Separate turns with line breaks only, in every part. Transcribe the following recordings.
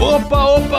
Opa, opa,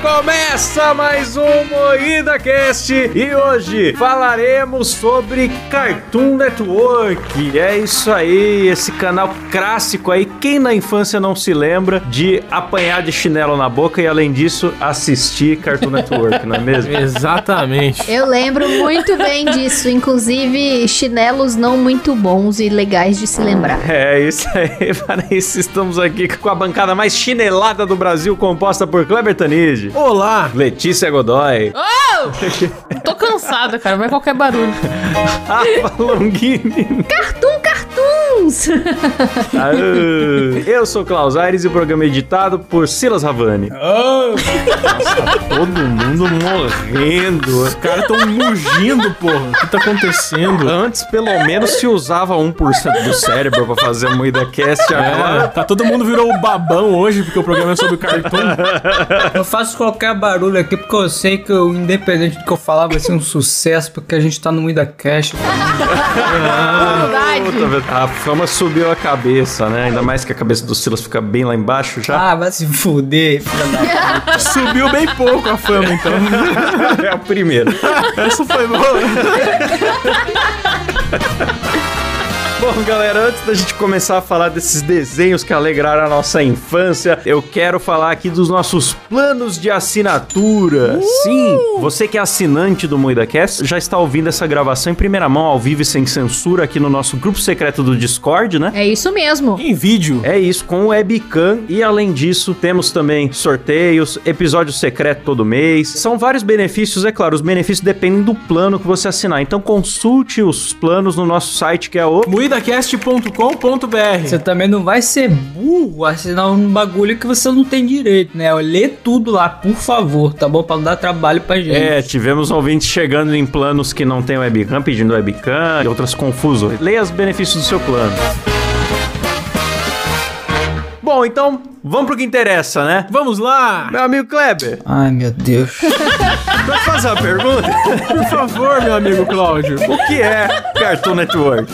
Começa mais um Moída Cast e hoje falaremos sobre Cartoon Network. É isso aí, esse canal clássico aí. Quem na infância não se lembra de apanhar de chinelo na boca e além disso assistir Cartoon Network, não é mesmo?
Exatamente.
Eu lembro muito bem disso, inclusive chinelos não muito bons e legais de se lembrar.
É isso aí, para isso estamos aqui com a bancada mais chinelada do Brasil, composta por Kleber Tanide,
Olá!
Letícia Godoy,
Tô cansada, cara. Vai qualquer barulho.
Rafa Longini.
Cartoon Cartoons!
Ah, Eu sou Klaus Aires e o programa é editado por Silas Ravani. Ah! Todo mundo morrendo.
Os caras estão mugindo, porra. O que tá acontecendo?
Antes, pelo menos, se usava 1% do cérebro pra fazer a moída cast.
É,
Agora,
tá todo mundo virou o babão hoje, porque o programa é sobre cartoon.
Eu faço qualquer barulho aqui porque eu sei que eu, independente do que eu falar, vai ser um sucesso, porque a gente tá no Ida Cash.
puta, velho, a fama subiu a cabeça, né? Ainda mais que a cabeça do Silas fica bem lá embaixo já.
Ah, vai se fuder, filha da
Subiu bem pouco a fama, então.
é o primeiro.
Essa foi boa.
Bom, galera, antes da gente começar a falar desses desenhos que alegraram a nossa infância, eu quero falar aqui dos nossos planos de assinatura. Sim, você que é assinante do MoidaCast já está ouvindo essa gravação em primeira mão, ao vivo e sem censura, aqui no nosso grupo secreto do Discord, né?
É isso mesmo.
Em vídeo.
É isso, com webcam e além disso, temos também sorteios, episódio secreto todo mês. São vários benefícios, é claro, os benefícios dependem do plano que você assinar. Então consulte os planos no nosso site que é o
p-
Moidacast.com.br
Você também não vai ser burro assinar um bagulho que você não tem direito, né? Lê tudo lá, por favor, tá bom? Pra não dar trabalho pra gente.
É, tivemos ouvintes chegando em planos que não tem webcam, pedindo webcam e outras confusões. Leia os benefícios do seu plano. Bom, então vamos pro que interessa, né?
Vamos lá!
Meu amigo Kleber,
Ai, meu Deus.
vou te fazer uma pergunta.
Por favor, meu amigo Cláudio.
O que é Cartoon Network?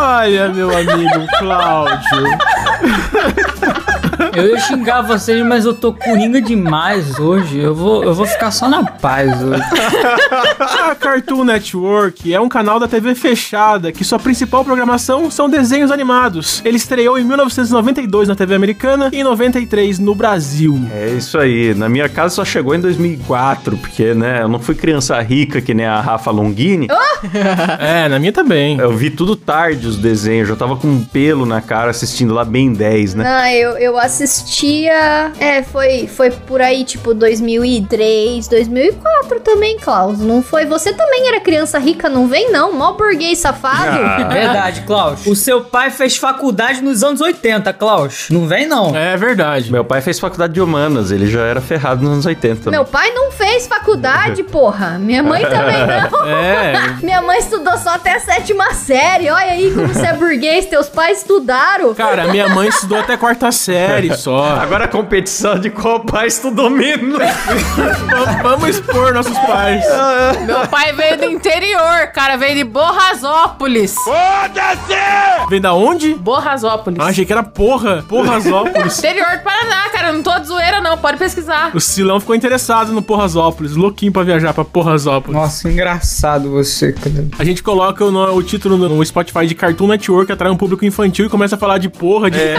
Olha, meu amigo Cláudio.
eu ia xingar vocês, mas eu tô coringa demais hoje. Eu vou, eu vou ficar só na paz hoje.
A Cartoon Network é um canal da TV fechada que sua principal programação são desenhos animados. Ele estreou em 1992 na TV americana e em 93 no Brasil.
É isso aí. Na minha casa só chegou em 2004, porque, né, eu não fui criança rica que nem a Rafa Longini.
É, na minha também.
Eu vi tudo tarde os desenhos, eu tava com um pelo na cara assistindo lá bem 10, né?
Não, Ah, eu, eu assistia. É, foi, foi por aí, tipo, 2003, 2004 também, Klaus. Não foi? Você também era criança rica, não vem, não? Mó burguês safado.
Ah,
Verdade, Klaus. O seu pai fez faculdade nos anos 80, Klaus. Não vem, não.
É verdade.
Meu pai fez faculdade de humanas, ele já era ferrado nos anos 80. né?
Meu pai não fez, fez faculdade, porra. Minha mãe também não.
É,
Minha mãe estudou só até a sétima série. Olha aí como você é burguês, teus pais estudaram.
Cara, minha mãe estudou até quarta série só.
Agora a competição de qual pai estudou menos.
V- Vamos expor nossos pais.
Meu pai veio do interior, cara. Veio de Borrasópolis.
Vem da onde?
Borrasópolis.
Ah, achei que era porra. Porrazópolis.
Interior do Paraná, cara. Não tô de zoeira, não. Pode pesquisar.
O Silão ficou interessado no Porrazópolis, louquinho pra viajar pra Porrazópolis.
Nossa, engraçado você, cara.
A gente coloca o, no- o título no Spotify de Cartoon Network, atrai um público infantil e começa a falar de porra, de
É,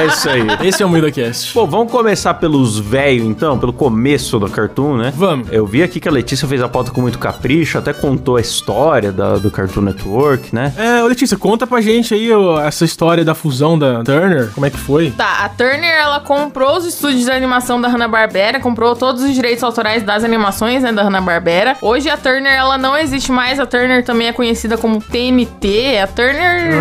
é isso aí.
Esse é o MuidaCast.
Pô, vamos começar pelos velhos, então, pelo começo do Cartoon, né?
Vamos.
Eu vi aqui que a Letícia fez a pauta com muito capricho, até contou a história da- do Cartoon Network, né?
É, ô Letícia, conta pra gente aí ó, essa história da fusão da Turner, como é que foi?
Tá, a Turner, ela comprou os estúdios de animação da Hanna-Barbera, comprou todos os direitos autorais das animações, né, da Hanna-Barbera. Hoje a Turner, ela não existe mais, a Turner também é conhecida como TNT. A Turner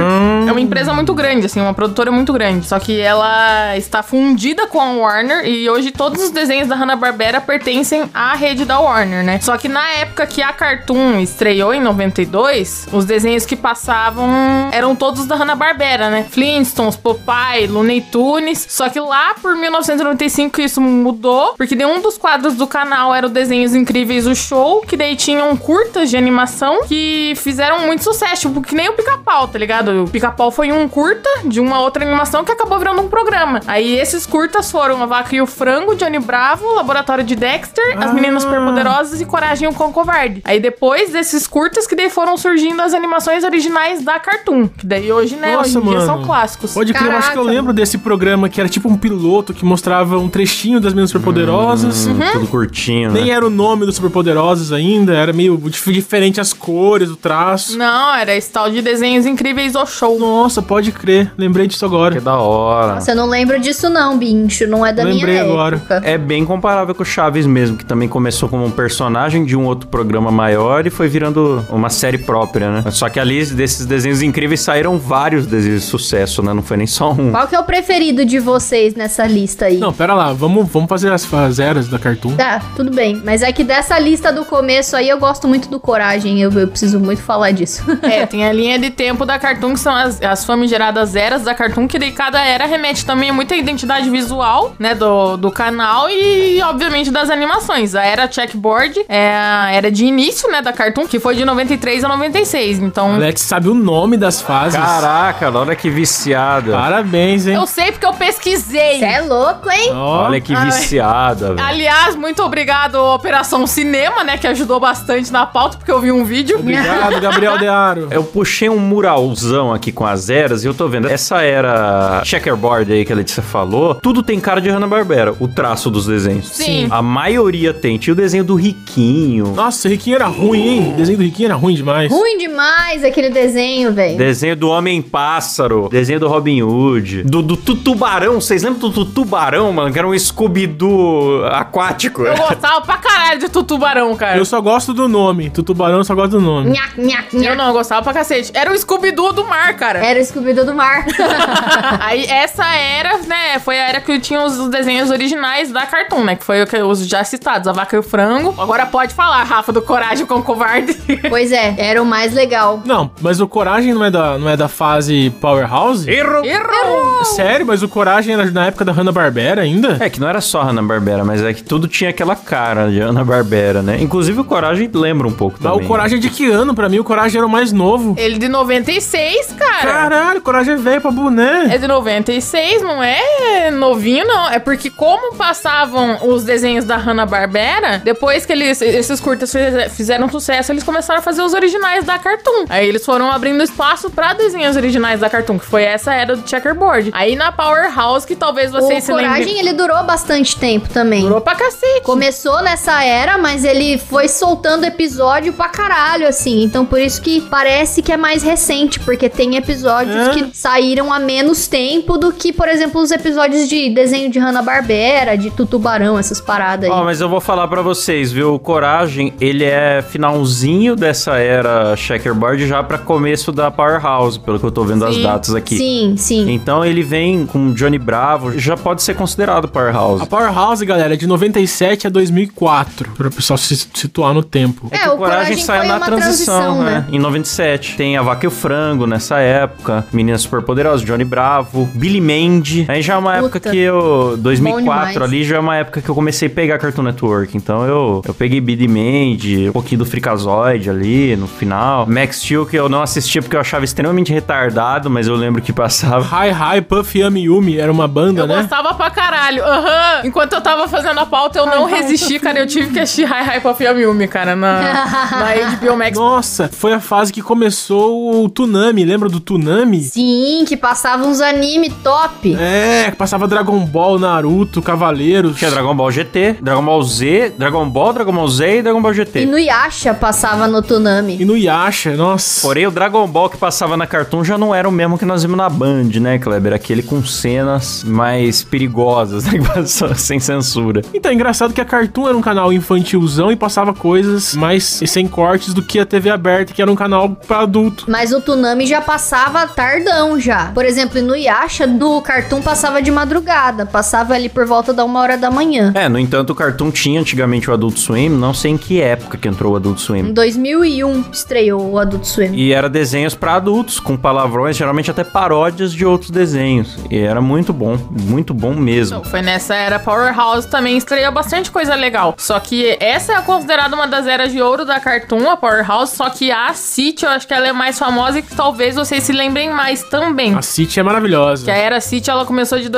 é uma empresa muito grande, assim, uma produtora muito grande. Só que ela está fundida com a Warner e hoje todos os desenhos da Hanna-Barbera pertencem à rede da Warner, né? Só que na época que a Cartoon estreou, em 92, os desenhos que passavam eram todos da Hanna-Barbera, né? Flintstones, Popeye, Looney Tunes. Só que lá por 1995 isso mudou, porque nenhum dos quadros do canal era o Desenhos Incríveis o Show, que daí tinham curtas de animação que fizeram muito sucesso, tipo, que nem o Pica-Pau, tá ligado? O Pica-Pau foi um curta de uma outra animação que acabou virando um programa. Aí esses curtas foram A Vaca e o Frango, Johnny Bravo, Laboratório de Dexter, As Meninas Superpoderosas e Coragem o Cão Covarde. Aí depois desses curtas que daí foram surgindo as animações originais da Cartoon, que daí hoje, né,
Nossa,
hoje em dia
mano.
são clássicos.
Pode crer, eu acho que eu
Caraca.
lembro desse programa que era tipo um piloto que mostrava um trechinho das Meninas Superpoderosas.
Tudo curtinho,
Nem
né?
era o nome dos Superpoderosos ainda, era meio dif- diferente as cores, o traço.
Não, era esse tal de Desenhos Incríveis o Show.
Nossa, pode crer, lembrei disso
Que
agora.
da hora.
Você não lembra disso não, bicho. Não é da
Lembrei
minha
agora.
época.
É bem comparável com o Chaves mesmo, que também começou como um personagem de um outro programa maior e foi virando uma série própria, né? Só que ali, desses desenhos incríveis, saíram vários desenhos de sucesso, né? Não foi nem só um.
Qual que é o preferido de vocês nessa lista aí?
Não, pera lá, vamos, vamos fazer as, as eras da Cartoon.
Tá, tudo bem. Mas é que dessa lista do começo aí eu gosto muito do Coragem. Eu, eu preciso muito falar disso.
É, tem a linha de tempo da Cartoon, que são as, as famigeradas eras da Cartoon, que daí cada era remete também a muita identidade visual, né, do, do canal e, obviamente, das animações. A era checkboard é a era de início, né, da Cartoon, que foi de 93 a 96, então...
Alex sabe o nome das fases.
Caraca, olha que viciada.
Parabéns, hein?
Eu sei porque eu pesquisei.
Você é louco, hein?
Ó,
Olha que viciada, velho.
Aliás, muito obrigado Operação Cinema, né, que ajudou bastante na pauta, porque eu vi um vídeo.
Obrigado, Gabriel Dearo.
Eu puxei um muralzão aqui com as eras e eu tô vendo. Essa era checkerboard aí que a Letícia falou, tudo tem cara de Hanna-Barbera, o traço dos desenhos.
Sim.
A maioria tem. Tinha o desenho do Riquinho,
Nossa, o Riquinho era ruim, hein? O desenho do Riquinho era ruim demais.
Ruim demais aquele desenho, velho.
desenho do Homem-Pássaro, desenho do Robin Hood, do, do Tutubarão. Vocês lembram do Tutubarão, mano? Que era um Scooby-Doo aquático.
Eu gostava pra caralho de Tutubarão, cara.
Eu só gosto do nome. Tutubarão, eu só gosto do nome.
Nhac, nhac,
Eu
nhac.
não, eu gostava pra cacete. Era o Scooby-Doo do mar, cara.
Era o scooby do mar.
Aí essa era, né, foi a era que tinha os desenhos originais da Cartoon, né? Que foi o que- os já citados, a vaca e o frango. Agora pode falar, Rafa, do Coragem com o Covarde.
pois é, era o mais legal.
Não, mas o Coragem não é da, não é da fase Powerhouse?
Erro!
Errou!
Sério, mas o Coragem era na época da Hanna-Barbera ainda?
É que não era só Hanna-Barbera, mas é que tudo tinha aquela cara de Hanna-Barbera, né? Inclusive o Coragem lembra um pouco
Mas
também.
o Coragem é de que ano? Pra mim, o Coragem era o mais novo.
Ele de 96, É, cara.
Caralho, o Coragem é velho pra boné.
É de 96, não é novinho, não. É porque como passavam os desenhos da Hanna-Barbera, depois que eles, esses curtas fize- fizeram sucesso, eles começaram a fazer os originais da Cartoon. Aí eles foram abrindo espaço pra desenhos originais da Cartoon, que foi essa era do checkerboard. Aí na Powerhouse, que talvez vocês
o
se lembrem...
Coragem, ele durou bastante tempo também.
Durou pra cacete.
Começou nessa era, mas ele foi soltando episódio pra caralho, assim. Então por isso que parece que é mais recente, porque tem episódios
É.
que saíram há menos tempo do que, por exemplo, os episódios de desenho de Hanna-Barbera, de Tutubarão, essas paradas aí.
Ó, mas eu vou falar pra vocês, viu? O Coragem, ele é finalzinho dessa era checkerboard já pra começo da Powerhouse, pelo que eu tô vendo as
Sim,
datas aqui.
Sim, sim.
Então ele vem com Johnny Bravo, já pode ser considerado
A
Powerhouse.
Powerhouse, galera, é de 97 a 2004, para o pessoal se situar no tempo.
É,
É,
que o
o
Coragem,
Coragem
saiu
foi
na
uma
transição,
transição,
né?
né?
Em 97. Tem A Vaca e o Frango nessa época. Meninas Superpoderosas, Johnny Bravo, Billy Mandy. Aí já é uma
Puta.
época que eu... 2004
demais.
ali já é uma época que eu comecei a pegar Cartoon Network. Então eu, eu peguei Billy Mandy, um pouquinho do Frikazoid ali no final. Max Steel que eu não assistia porque eu achava extremamente retardado, mas eu lembro que passava.
Hi Hi, Puff Yami Yumi era uma banda,
Eu
né?
gostava pra caralho. Aham. Enquanto eu tava fazendo a pauta, eu não resisti, cara. Eu tive que assistir Hi Hi Puff Yum Yumi, cara, na, na HBO Max.
Nossa, foi a fase que começou o Tsunami, lembra do Tsunami?
Sim, que passava uns anime top.
É, passava Dragon Ball, Naruto, Cavaleiros.
Tinha Dragon Ball GT, Dragon Ball Z, Dragon Ball, Dragon Ball Z e Dragon Ball GT.
E no Yasha passava no Tsunami.
E no Yasha, nossa.
Porém, o Dragon Ball que passava na Cartoon já não era o mesmo que nós vimos na Band, né, Kleber? Aquele com cenas mais perigosas, né? que passava Sem censura.
Então, é engraçado que a Cartoon era um canal infantilzão e passava coisas mais sem cortes do que a TV aberta, que era um canal pra adulto.
Mas o Tsunami já passava tardão já. Por exemplo, no Yasha, no Cartoon passava de madrugada. Passava ali por volta da uma hora da manhã.
É, no entanto, o Cartoon tinha antigamente o Adult Swim, não sei em que época que entrou o Adult Swim.
Em 2001 estreou o Adult Swim.
E era desenhos pra adultos, com palavrões, geralmente até paródias de outros desenhos. E era muito bom, muito bom mesmo.
Então, foi nessa era Powerhouse também estreou bastante coisa legal. Só que essa é considerada uma das eras de ouro da Cartoon, a Powerhouse. Só que a City, eu acho que ela é mais famosa e que talvez vocês se lembrem mais também.
A City é
Que
maravilhosa.
a era City, ela começou de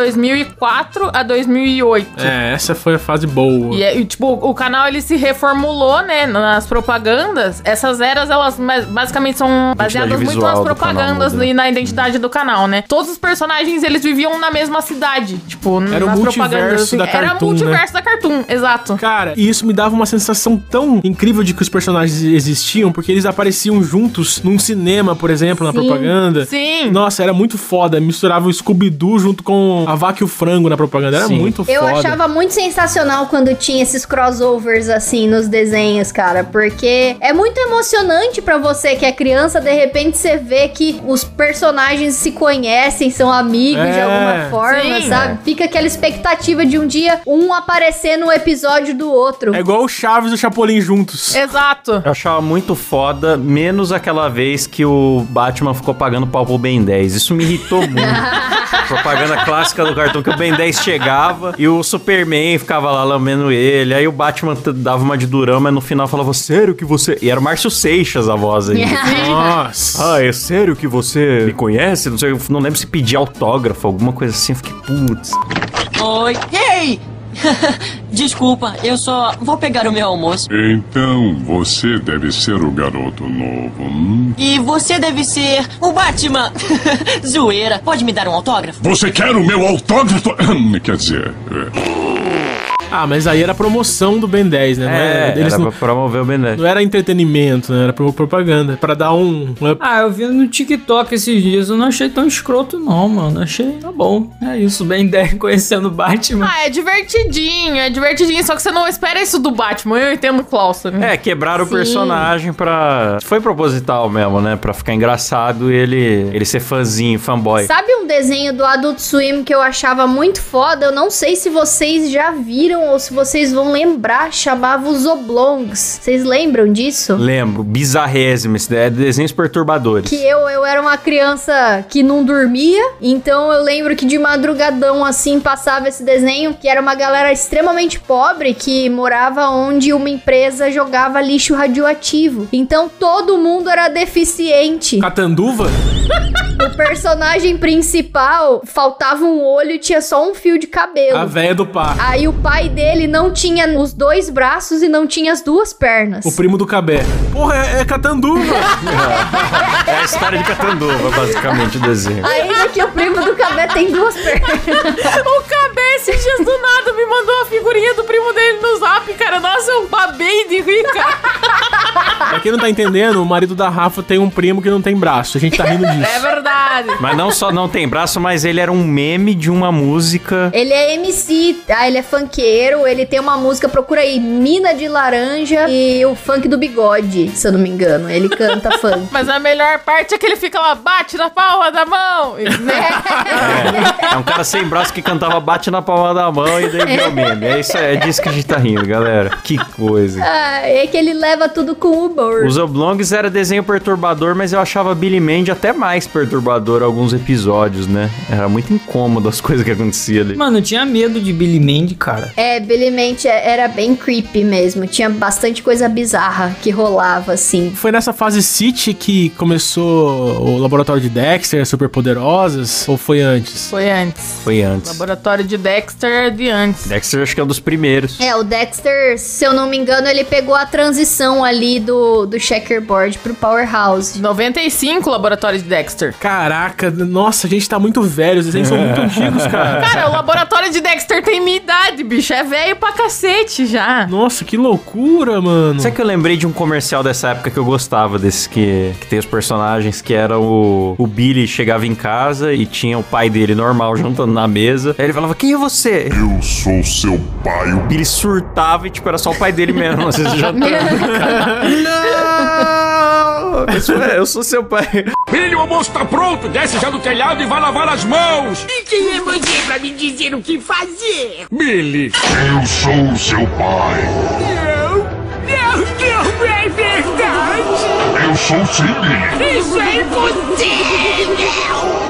2004 a 2008.
É, essa foi a fase boa.
E, é- e, tipo, o canal ele se reformulou, né, nas propagandas. Essas eras, elas ma- basicamente são baseadas muito
visual
nas
do canal
propagandas
muda, né?
e na identidade do canal, né? Todos os personagens, eles viviam na mesma cidade, tipo,
Era o
nas
multiverso
propagandas. assim.
da
Era o
Cartoon, né?
multiverso da Cartoon, exato.
Cara, e isso me dava uma sensação tão incrível de que os personagens existiam, porque eles apareciam juntos num cinema, por exemplo, na
Sim,
propaganda.
Sim.
Nossa, era muito foda. Misturava o Scooby-Doo junto com a vaca e o frango na propaganda. Era
Sim.
muito
Eu
é foda.
achava muito sensacional quando tinha esses crossovers assim nos desenhos, cara, porque é muito emocionante pra você que é criança, de repente você vê que os personagens se conhecem, são amigos de
É.
alguma forma,
Sim.
sabe? Fica aquela expectativa de um dia um aparecer no episódio do outro.
É igual o Chaves e o Chapolin juntos.
Exato.
Eu achava muito foda, menos aquela vez que o Batman ficou pagando pau pro Ben 10. Isso me irritou muito. Propaganda clássica do cartão que o Ben 10 chegava e o Superman ficava lá lambendo ele. Aí o Batman t- dava uma de durão, mas no final falava: Sério que você. E era o Márcio Seixas a voz aí.
Nossa.
Ah, é sério que você me conhece? Não sei, eu não lembro se pedir autógrafo, alguma coisa assim. Eu fiquei, putz.
Oi. Ei! Desculpa, eu só vou pegar o meu almoço.
Então você deve ser o garoto novo. Hum?
E você deve ser o Batman. Zoeira. Pode me dar um autógrafo?
Você quer o meu autógrafo? Hum, Quer dizer, é,
Ah, mas aí era a promoção do Ben 10, né? Não
É,
era, eles
era
não,
pra promover o Ben 10.
não era entretenimento, né? Era pro- propaganda. Pra dar um, um up.
Ah, eu vi no TikTok esses dias, eu não achei tão escroto não, mano. Achei, tá bom. É isso, bem 10 conhecendo o Batman.
Ah, é divertidinho, é divertidinho, só que você não espera isso do Batman, eu entendo o Klaus. né?
É, quebraram o
Hum. Sim.
personagem pra. Foi proposital mesmo, né? Pra ficar engraçado e ele, ele ser fãzinho, fanboy.
Sabe um desenho do Adult Swim que eu achava muito foda? Eu não sei se vocês já viram ou se vocês vão lembrar, chamava os Oblongs. Vocês lembram disso?
Lembro, bizarrésimo, esse daí é desenhos perturbadores.
Que eu, eu era uma criança que não dormia, então eu lembro que de madrugadão assim passava esse desenho, que era uma galera extremamente pobre que morava onde uma empresa jogava lixo radioativo. Então todo mundo era deficiente.
Catanduva?
O personagem principal faltava um olho e tinha só um fio de
A
cabelo.
véia do par.
Aí o pai dele não tinha os dois braços e não tinha as duas pernas.
O primo do Cabé. Porra, é, é Catanduva!
É a história de Catanduva, basicamente, o desenho.
Ainda que o primo do Cabé tem duas pernas.
O Cabé esses dias do nada me mandou a figurinha do primo dele no zap, cara. Nossa, eu babei de rir, cara.
pra quem não tá entendendo, o marido da Rafa tem um primo que não tem braço. A gente tá rindo disso.
É verdade. verdade.
Mas não só não tem braço, mas ele era um meme de uma música.
Ele é MC, tá? Ele é funkeiro, ele tem uma música, procura aí, Mina de Laranja e o funk do bigode, se eu não me engano. Ele canta funk.
Mas a melhor parte é que ele fica lá, bate na palma da mão. E, né?
É, é um cara sem braço que cantava bate na palma da mão e daí virou meme. É isso aí, é disso que a gente tá rindo, galera. Que coisa.
Ah, é que ele leva tudo com humor.
Os Oblongs era desenho perturbador, mas eu achava Billy Mandy até mais perturbador alguns episódios, né? Era muito incômodo as coisas que aconteciam ali.
Mano, eu tinha medo de Billy Mandy, cara.
É, Billy Mandy é- era bem creepy mesmo. Tinha bastante coisa bizarra que rolava, assim.
Foi nessa fase City que começou o laboratório de Dexter, as Superpoderosas, ou foi antes?
Foi antes.
Foi antes.
Laboratório de Dexter é de antes.
Dexter acho que é um dos primeiros.
É, o Dexter, se eu não me engano, ele pegou a transição ali do, do checkerboard pro Powerhouse.
95, Laboratório de Dexter.
Caraca, nossa, a gente tá muito velho, os desenhos são muito antigos,
É.
cara.
Cara, o Laboratório de Dexter tem minha idade, bicho. É velho pra cacete já.
Nossa, que loucura, mano.
Sabe que eu lembrei de um comercial dessa época que eu gostava desse que, que tem os personagens que era o, o Billy chegava em casa e tinha o pai dele normal jantando na mesa. Aí ele falava, quem é você?
Eu sou seu pai, o
O Billy surtava e tipo, era só o pai dele mesmo, às vezes jantando. Não! Eu sou- Eu sou seu pai.
Filho, o almoço tá pronto. Desce já do telhado e vai lavar as mãos. E quem é você pra me dizer o que fazer? Billy.
eu sou seu pai.
Não, não, não é verdade.
Eu sou sim, Billy.
Isso é impossível.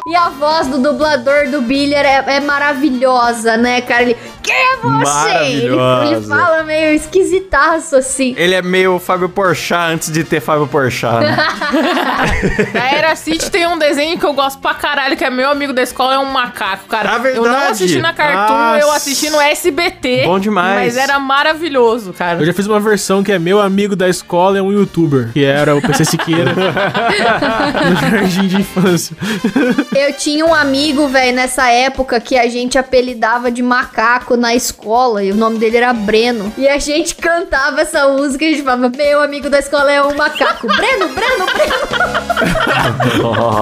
E a voz do dublador do Billy é, é maravilhosa, né, cara? Ele, quem é você? Ele,
Maravilhosa.
ele fala meio esquisitaço, assim.
Ele é meio Fábio Porchat antes de ter Fábio Porchat, né?
Da Era City tem um desenho que eu gosto pra caralho, que é meu amigo da escola, é um macaco, cara.
Ah,
Eu
verdade.
não assisti na Cartoon,
Nossa.
eu assisti no SBT.
Bom demais.
Mas era maravilhoso, cara.
Eu já fiz uma versão que é meu amigo da escola é um youtuber, que era o PC Siqueira no jardim de infância.
Eu tinha um amigo, velho, nessa época que a gente apelidava de macaco na escola e o nome dele era Breno. E a gente cantava essa música e a gente falava: Meu amigo da escola é um macaco. Breno, Breno, Breno.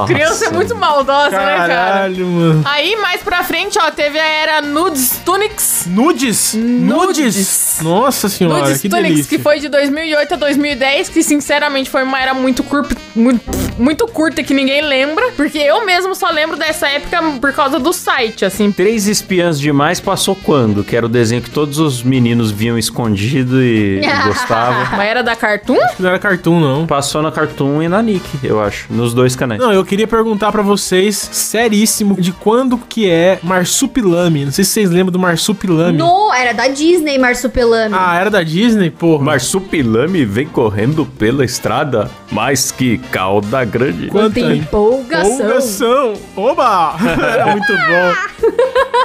Criança é muito maldosa, né, cara?
Caralho, mano.
Aí, mais pra frente, ó, teve a era Nudes Tunics.
Nudes? Nudes? Nossa senhora,
Nudes
que
Tunics,
delícia.
que foi de 2008 a 2010, que sinceramente foi uma era muito curta, muito, muito curta que ninguém lembra, porque eu mesmo só lembro dessa época por causa do site, assim.
Três Espiãs Demais passou quando? Que era o desenho que todos os meninos viam escondido e gostavam.
Uma era da Cartoon?
Não era cartoon, não.
Passou na Cartoon e na Nick, eu acho. Nos dois canais.
Não, eu queria perguntar pra vocês, seríssimo, de quando que é Marsupilame. Não sei se vocês lembram do Marsupilame.
No, era da Disney, Marsupilami.
Ah, era da Disney, porra.
Marsupilame vem correndo pela estrada, mas que cauda grande.
Quanta
Tem empolgação.
empolgação. Oba! era muito bom.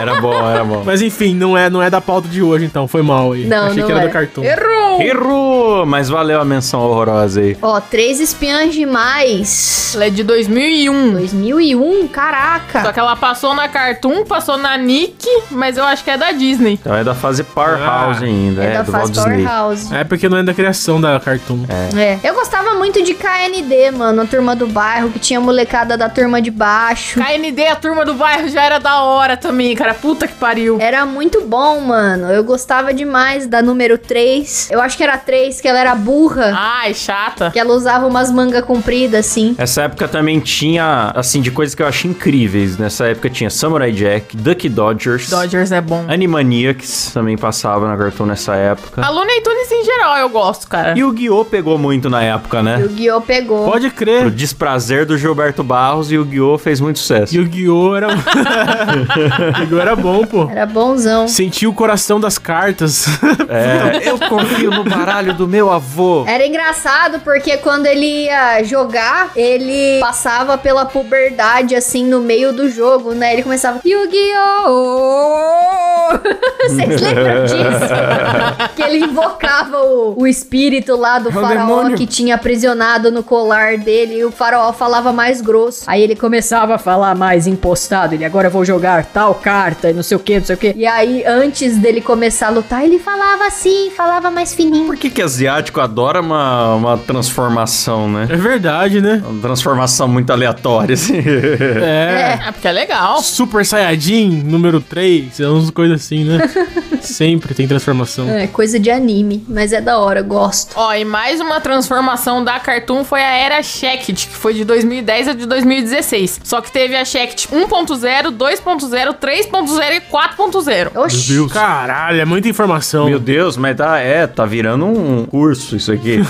Era bom, era bom.
Mas enfim, não é, não é da pauta de hoje, então. Foi mal aí.
Não,
Achei
não
que era
é.
do cartoon.
Errou!
Errou! Mas valeu a menção horrorosa aí.
Ó, Três Espiãs Demais.
Ela é de 2001.
2001,
Só
caraca.
que ela passou na Cartoon, passou na Nick, mas eu acho que é da Disney.
Então é da fase Powerhouse
Ah.
ainda, é,
da
do
fase
Walt Disney.
Powerhouse.
É porque não é da criação da Cartoon.
É. Eu gostava muito de KND, mano. A turma do bairro, que tinha a molecada da turma de baixo.
KND, a turma do bairro, já era da hora também, cara. Puta que pariu.
Era muito bom, mano. Eu gostava demais da número 3. Eu acho que era 3, que ela era burra.
Ai, chata.
Que ela usava umas mangas compridas, assim.
Essa época também tinha, assim, de coisas que eu achei incríveis. Nessa época tinha Samurai Jack, Duck Dodgers,
Dodgers é bom.
Animaniacs, também passava na Cartoon nessa época.
A Looney Tunes em geral eu gosto, cara.
E o Guiô pegou muito na época,
E
né?
o Guiô pegou.
Pode
O
crer.
desprazer do Gilberto Barros e o Guiô fez muito sucesso.
Yu-Gi-Oh! era... Yu-Gi-Oh! era bom, pô.
Era bonzão.
Senti o coração das cartas.
É, eu confio no baralho do meu avô.
Era engraçado porque quando ele ia jogar, ele passava pela puberdade, assim, no meio do jogo, né? Ele começava Yu-Gi-Oh! Vocês lembram disso? que ele invocava o, o espírito lá do faraó que tinha aprisionado no colar dele e o faraó falava mais grosso. Aí ele começava a falar mais impostado. Ele agora eu vou jogar tal
Esparta e não sei o que, não sei o que.
E aí, antes dele começar a lutar, ele falava assim, falava mais fininho.
Por que, que asiático adora uma, uma transformação, né?
É verdade, né?
Uma transformação muito aleatória, assim.
É.
Ah, porque é legal.
Super Saiyajin número 3, é umas coisas assim, né? Sempre tem transformação.
É coisa de anime, mas é da hora, eu gosto.
Ó, e mais uma transformação da Cartoon foi a era Shacked, que foi de 2010 a de 2016. Só que teve a um Shacked 1.0, 2.0, 3.0 e 4.0.
Oxi.
Caralho, é muita informação.
Meu Deus, mas tá, é, tá virando um curso isso aqui.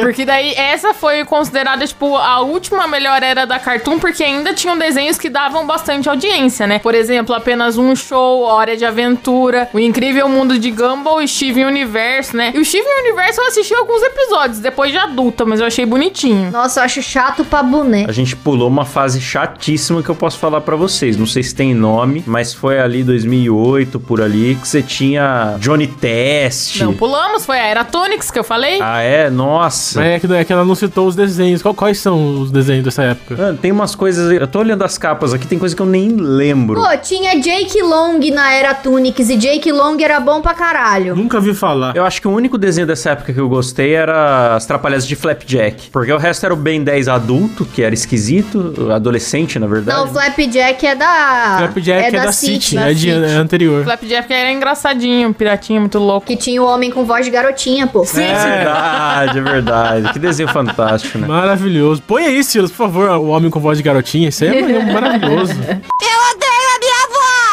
Porque daí essa foi considerada, tipo, a última melhor era da Cartoon, porque ainda tinham desenhos que davam bastante audiência, né? Por exemplo, apenas um show, Hora de Aventura, O Incrível Mundo de Gumball e Steven Universo, né? E o Steven Universo eu assisti alguns episódios, depois de adulta, mas eu achei bonitinho.
Nossa, eu acho chato pra boné.
É
A gente pulou uma fase chatíssima que eu posso falar pra vocês. Não sei se tem nome, mas foi ali 2008, por ali, que você tinha Johnny Test.
Não, pulamos, foi a Era Tonics que eu falei.
Ah, é? Nossa.
Mas é que, é que ela não citou os desenhos. Qual- quais são os desenhos dessa época?
Mano, Ah, tem umas coisas. Eu tô olhando as capas aqui, tem coisa que eu nem lembro.
Pô, tinha Jake Long na era Tunics e Jake Long era bom pra caralho.
Nunca vi falar.
Eu acho que o único desenho dessa época que eu gostei era as Trapalhadas de Flapjack. Porque o resto era o Ben 10 adulto, que era esquisito, adolescente, na
Não, o
verdade.
Flapjack é da.
Flapjack é, da, City,
da
é, de,
City.
é anterior.
Flapjack era engraçadinho, piratinha, muito louco.
Que tinha o homem com voz de garotinha, pô.
É verdade, é verdade. Que desenho fantástico, né?
Maravilhoso. Põe aí, Silas, por favor, o homem com voz de garotinha. Isso aí é maravilhoso.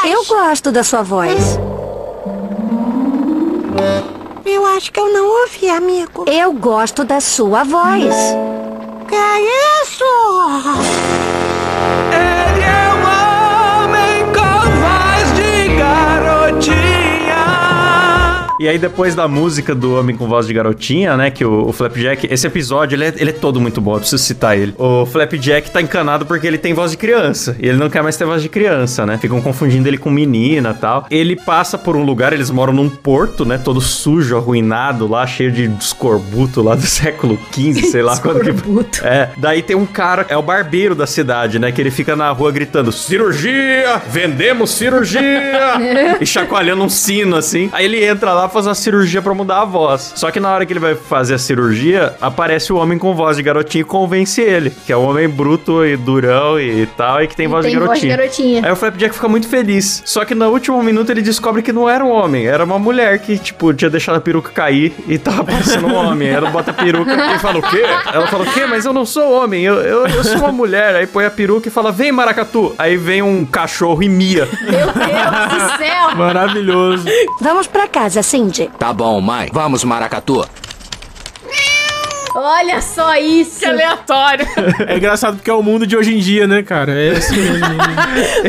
Eu gosto da sua voz.
Eu acho que eu não ouvi, amigo.
Eu gosto da sua voz.
Que é isso?
E aí, depois da música do Homem com Voz de Garotinha, né? Que o, o Flapjack. Esse episódio, ele é, ele é todo muito bom, eu preciso citar ele. O Flapjack tá encanado porque ele tem voz de criança. E ele não quer mais ter voz de criança, né? Ficam confundindo ele com menina tal. Ele passa por um lugar, eles moram num porto, né? Todo sujo, arruinado lá, cheio de escorbuto lá do século XV, sei lá quando que.
Escorbuto.
É. Daí tem um cara, é o barbeiro da cidade, né? Que ele fica na rua gritando: cirurgia! Vendemos cirurgia! e chacoalhando um sino assim. Aí ele entra lá, faz uma cirurgia pra mudar a voz. Só que na hora que ele vai fazer a cirurgia, aparece o homem com voz de garotinho e convence ele, que é um homem bruto e durão e tal, e que tem, voz,
tem
de É,
voz de garotinha.
Aí o Flapjack fica muito feliz. Só que no último minuto ele descobre que não era um homem, era uma mulher que, tipo, tinha deixado a peruca cair e tava parecendo um homem. Ela bota a peruca e fala o quê? Ela fala o quê? Mas eu não sou homem, eu, eu, eu sou uma mulher. Aí põe a peruca e fala, vem maracatu. Aí vem um cachorro e mia.
Meu Deus do céu!
Maravilhoso.
Vamos pra casa, Cindy.
Tá bom, mãe. Vamos, Maracatu.
Olha só isso!
Que aleatório.
É engraçado porque é o mundo de hoje em dia, né, cara? É assim mesmo.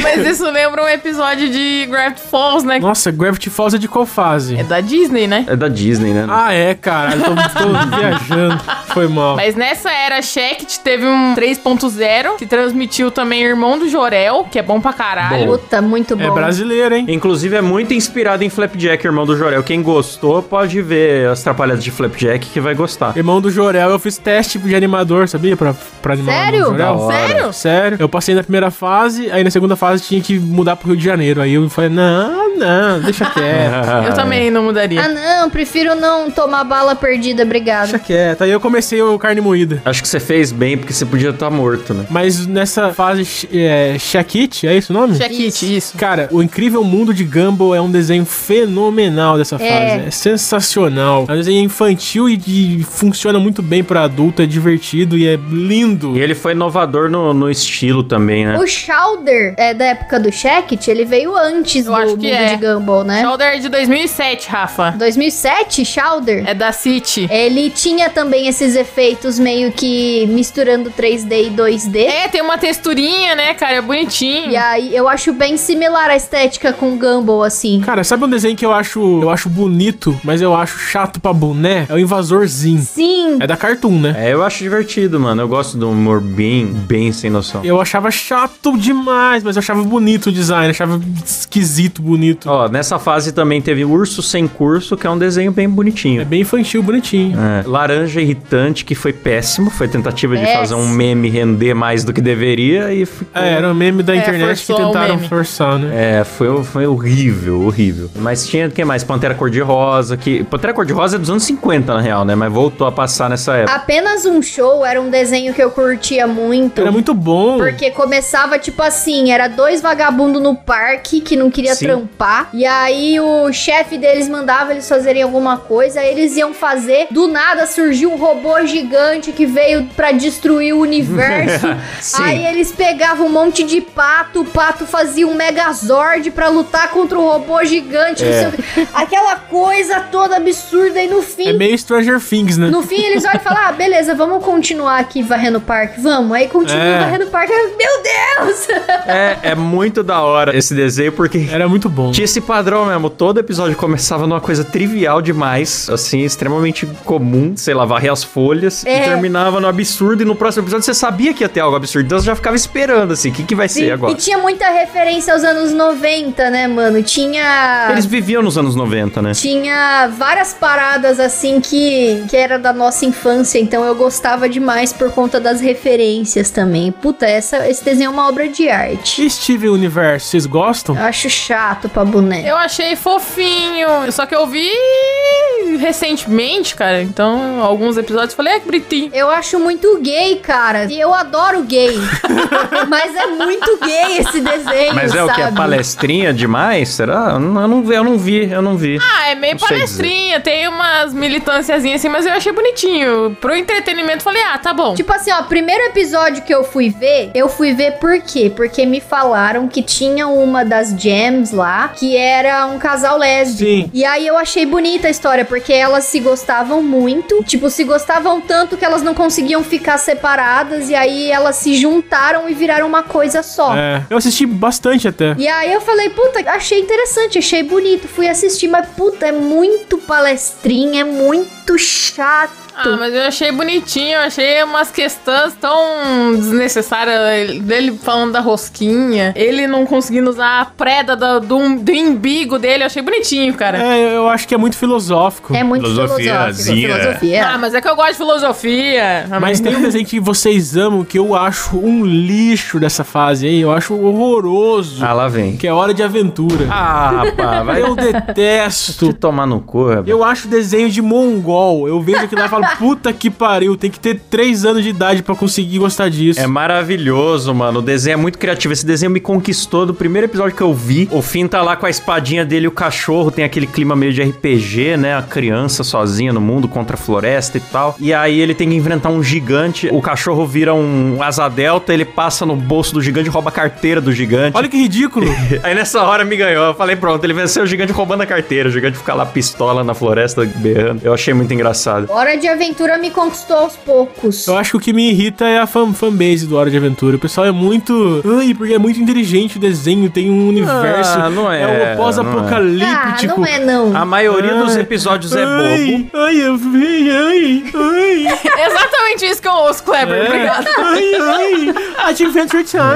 Mas isso lembra um episódio de Gravity Falls, né?
Nossa, Gravity Falls é de qual fase?
É da Disney, né?
É da Disney, né?
Ah, é, caralho. Tô, tô viajando. Foi mal.
Mas nessa era Shacked teve um 3.0 que transmitiu também Irmão do Jorel, que é bom pra caralho.
Puta, muito bom.
É brasileiro, hein?
Inclusive é muito inspirado em Flapjack, irmão do Jorel. Quem gostou pode ver as trapalhadas de Flapjack que vai gostar.
Irmão do Jorel, eu fiz teste de animador, sabia? Pra, pra animar
Sério?
o Jorel.
Sério?
Sério. Eu passei na primeira fase, aí na segunda fase tinha que mudar pro Rio de Janeiro. Aí eu falei, não, não, deixa quieto.
Eu também não mudaria.
Ah, não, prefiro não tomar bala perdida,
deixa
obrigado.
quieto. Aí eu comecei o Carne Moída.
Acho que você fez bem, porque você podia estar morto, né?
Mas nessa fase, é, Shakit, é esse o nome?
Shacked, isso.
Cara, o Incrível Mundo de Gumball é um desenho fenomenal dessa fase.
É.
É sensacional. É um desenho infantil e de- funciona muito bem pra adulto, é divertido e é lindo.
E ele foi inovador no, no estilo também, né?
O Chowder é da época do Shacket, ele veio antes
Eu
do
acho
mundo
que é.
de Gumball, né?
Shoulder é de 2007, Rafa.
2007, Chowder.
É da City.
Ele tinha também esses efeitos meio que misturando 3D e 2D.
É, tem uma texturinha, né, cara? É bonitinho.
E aí eu acho bem similar a estética com Gumball, assim.
Cara, sabe um desenho que eu acho, eu acho bonito, mas eu acho chato pra boné? É o Invasorzinho.
Sim,
É da Cartoon, né?
É, eu acho divertido, mano. Eu gosto do humor bem, bem sem noção.
Eu achava chato demais, mas eu achava bonito o design, achava esquisito, bonito.
Ó, nessa fase também teve Urso Sem Curso, que é um desenho bem bonitinho.
É bem infantil, bonitinho.
É. Laranja Irritante, que foi péssimo. Foi tentativa de
Péssimo.
fazer um meme render mais do que deveria e ficou...
É, era um meme da
É,
internet que
forçou o
tentaram
meme.
forçar, né?
É, foi, foi horrível, horrível. Mas tinha o que mais? Pantera Cor-de-Rosa, que. Pantera Cor-de-Rosa é dos anos 50, na real, né? Mas voltou a passar nessa época.
Apenas um show era um desenho que eu curtia muito.
Era muito bom.
Porque começava tipo assim, era dois vagabundos no parque que não queria
Sim.
trampar. E aí o chefe deles mandava eles fazerem alguma coisa, aí eles iam fazer. Do nada surgiu um robô gigante que veio pra destruir o universo.
Sim.
Aí eles pegavam um monte de pato, o pato fazia um megazord pra lutar contra o robô gigante,
É.
não sei o quê. Aquela coisa toda absurda e no fim
É meio Stranger Things, né?
no fim, eles olham e falam: Ah, beleza, vamos continuar aqui varrendo o parque, vamos. Aí continua
É.
varrendo o parque. Meu Deus!
É, é muito da hora esse desenho, porque.
Era muito bom.
Tinha esse padrão mesmo, todo episódio começava numa coisa trivial demais, assim, extremamente comum, sei lá, varrer as folhas,
É.
e terminava no absurdo, e no próximo episódio você sabia que ia ter algo absurdo, então você já ficava esperando, assim, o que, que vai ser
E
agora?
tinha muita referência aos anos 90, né, mano? Tinha.
Eles viviam nos anos 90, né?
Tinha várias paradas assim que, que era da nossa infância, então eu gostava demais por conta das referências também. Puta, essa, esse desenho é uma obra de arte.
E Steven Universo, vocês gostam?
É.
Eu acho chato pra boneco.
Eu achei fofinho. Só que eu vi recentemente, cara. Então, alguns episódios eu falei, é que bonitinho.
Eu acho muito gay, cara. E eu adoro gay. Mas é muito gay esse desenho,
Mas é o que? É
sabe?
palestrinha demais? Será? Eu não, eu não- eu não vi, eu não vi.
Ah, é meio
Não sei
palestrinha, tem umas militânciazinhas assim, mas eu achei bonitinho. Pro entretenimento, eu falei, ah, tá bom.
Tipo assim, ó, primeiro episódio que eu fui ver, eu fui ver por quê? Porque me falaram que tinha uma das gems lá, que era um casal lésbico.
Sim.
E aí eu achei bonita a história, porque elas se gostavam muito, tipo, se gostavam tanto que elas não conseguiam ficar separadas, e aí elas se juntaram e viraram uma coisa só.
É. Eu assisti bastante até.
E aí eu falei, puta, achei interessante, achei bonito, fui assistir, mas puta, é muito palestrinha, é muito chato.
Ah, mas eu achei bonitinho, eu achei umas questões tão desnecessárias dele falando da rosquinha, ele não conseguindo usar a preda do, do, do embigo dele, eu achei bonitinho, cara.
É, eu acho que é muito filosófico.
É muito filosófico.
Filosofiazinha.
Filosofia.
Ah, mas é que eu gosto de filosofia. Ah,
Mas tem um desenho que vocês amam que eu acho um lixo dessa fase aí. Eu acho horroroso.
Ah, lá vem.
Que é Hora de Aventura.
Ah, rapaz, vai
Eu
te
detesto.
tomar no cu, rapaz.
Eu acho desenho de mongol. Eu vejo aquilo lá e falo, puta que pariu, tem que ter 3 anos de idade pra conseguir gostar disso.
É maravilhoso, mano. O desenho é muito criativo. Esse desenho me conquistou do primeiro episódio que eu vi. O Finn tá lá com a espadinha dele, e o cachorro tem aquele clima meio de RPG, né? A criança sozinha no mundo contra a floresta e tal. E aí ele tem que enfrentar um gigante. O cachorro vira um asa delta, ele passa no bolso do gigante, rouba a carteira do gigante.
Olha que ridículo.
Aí nessa hora me ganhou. Eu falei, pronto, ele venceu o gigante roubando a carteira. O gigante fica lá pistola na floresta berrando. Eu achei muito engraçado.
Hora de Aventura me conquistou aos poucos.
Eu acho que o que me irrita é a fan, fanbase do Hora de Aventura. O pessoal é muito. Ai, porque é muito inteligente o desenho, tem um universo.
não é,
É um pós-apocalíptico.
ah, não é não.
tipo, A maioria dos
Ai,
episódios é bobo.
Ai, ai, eu vi, ai, ai,
É exatamente isso que eu ouço, Kleber.
É.
Obrigado.
ai, ai, Adventure Time, ai,